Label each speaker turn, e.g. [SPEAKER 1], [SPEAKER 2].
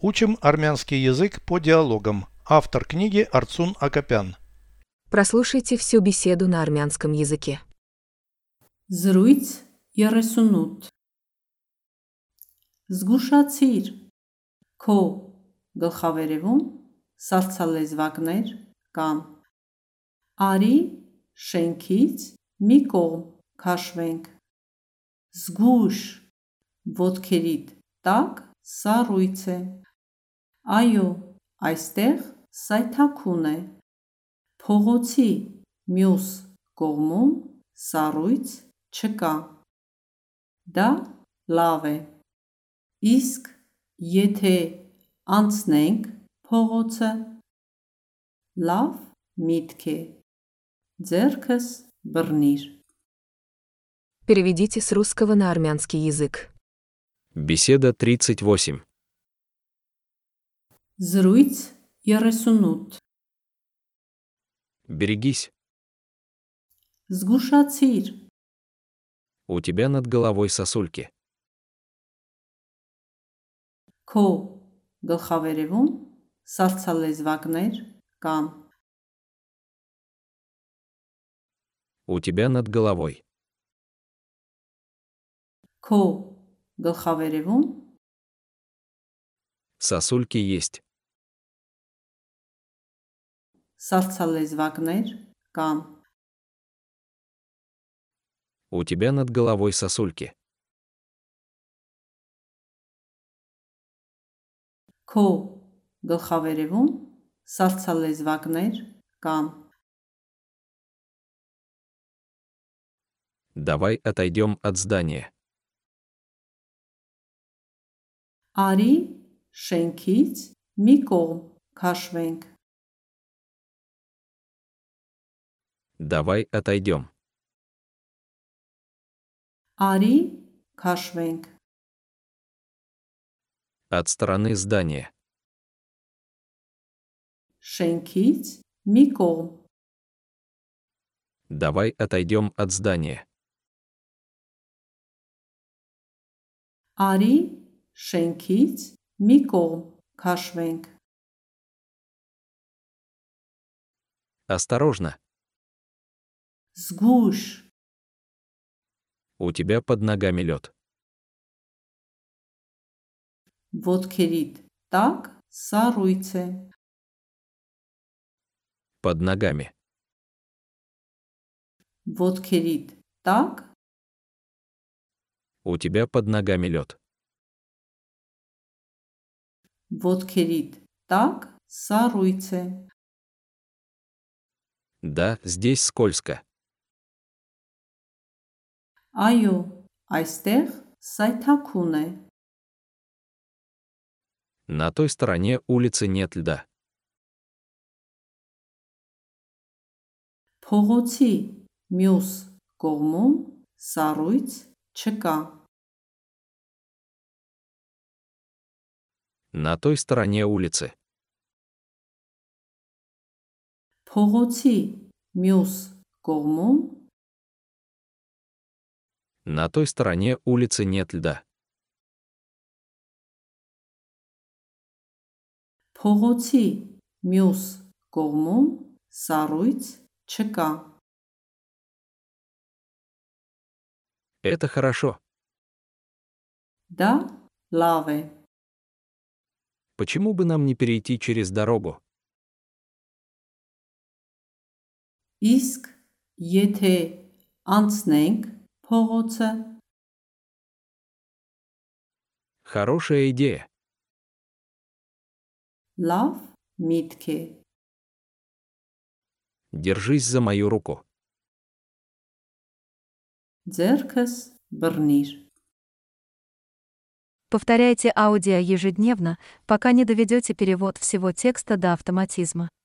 [SPEAKER 1] Учим армянский язык по диалогам. Автор книги Арцун Акопян.
[SPEAKER 2] Прослушайте всю беседу на армянском языке.
[SPEAKER 3] Զրույց 38 Զգուշացիր քո գլխավերևում սալցալեզվակներ կան Արի շենքից մի կողմ քաշվենք Զգուշ ոտքերիդ տակ սառույց է Այո, այստեղ սայթաքուն է Փողոցի մյուս կողմում սառույց չկա։ Դա լավ է։ Իսկ եթե անցնենք փողոցը, լավ միտք է։ Ձերքս բռնիր։
[SPEAKER 2] Переведите с русского на армянский язык.
[SPEAKER 4] Беседа 38.
[SPEAKER 3] Զրույց 38
[SPEAKER 4] Берегись.
[SPEAKER 3] Զգուշացիր,
[SPEAKER 4] У тебя над головой сосульки.
[SPEAKER 3] քո գլխավերևում սալցալեզվակներ կան։
[SPEAKER 4] У тебя над головой.
[SPEAKER 3] Քո գլխավերևում
[SPEAKER 4] Сосульки есть.
[SPEAKER 3] սալցալեզվակներ կան։
[SPEAKER 4] У тебя над головой сосульки.
[SPEAKER 3] Քո գլխավերևում սալցալեզվակներ կան։
[SPEAKER 4] Давай отойдем от здания.
[SPEAKER 3] Արի շենքից մի կողմ քաշվենք։
[SPEAKER 4] Давай отойдем.
[SPEAKER 3] Արի քաշվենք։
[SPEAKER 4] От стороны здания.
[SPEAKER 3] Շենքից մի կողմ
[SPEAKER 4] Давай отойдем от здания.
[SPEAKER 3] արի շենքից մի կողմ քաշվենք։
[SPEAKER 4] Осторожно.
[SPEAKER 3] Զգուշ
[SPEAKER 4] У тебя под ногами лед.
[SPEAKER 3] ոտքերիդ տակ սառույց է։
[SPEAKER 4] Под ногами.
[SPEAKER 3] Ոտքերիդ տակ
[SPEAKER 4] У тебя под ногами лед.
[SPEAKER 3] ոտքերիդ տակ սառույց է։
[SPEAKER 4] Да, здесь скользко.
[SPEAKER 3] Այո, այստեղ սայթաքուն է։
[SPEAKER 4] На той стороне улицы нет льда.
[SPEAKER 3] Փողոցի մյուս կողմում սառույց չկա։
[SPEAKER 4] На той стороне улицы.
[SPEAKER 3] Փողոցի մյուս կողմում
[SPEAKER 4] На той стороне улицы нет льда.
[SPEAKER 3] Փողոցի մյուս կողմում սառույց չկա։
[SPEAKER 4] Это хорошо.
[SPEAKER 3] Դա լավ է։
[SPEAKER 4] Почему бы нам не перейти через дорогу?
[SPEAKER 3] Իսկ եթե անցնենք փողոցը,
[SPEAKER 4] Хорошая идея.
[SPEAKER 3] լավ միտք է։
[SPEAKER 4] Держись за мою руку.
[SPEAKER 3] Ձերքս բռնիր։
[SPEAKER 5] Повторяйте аудио ежедневно, пока не доведете перевод всего текста до автоматизма.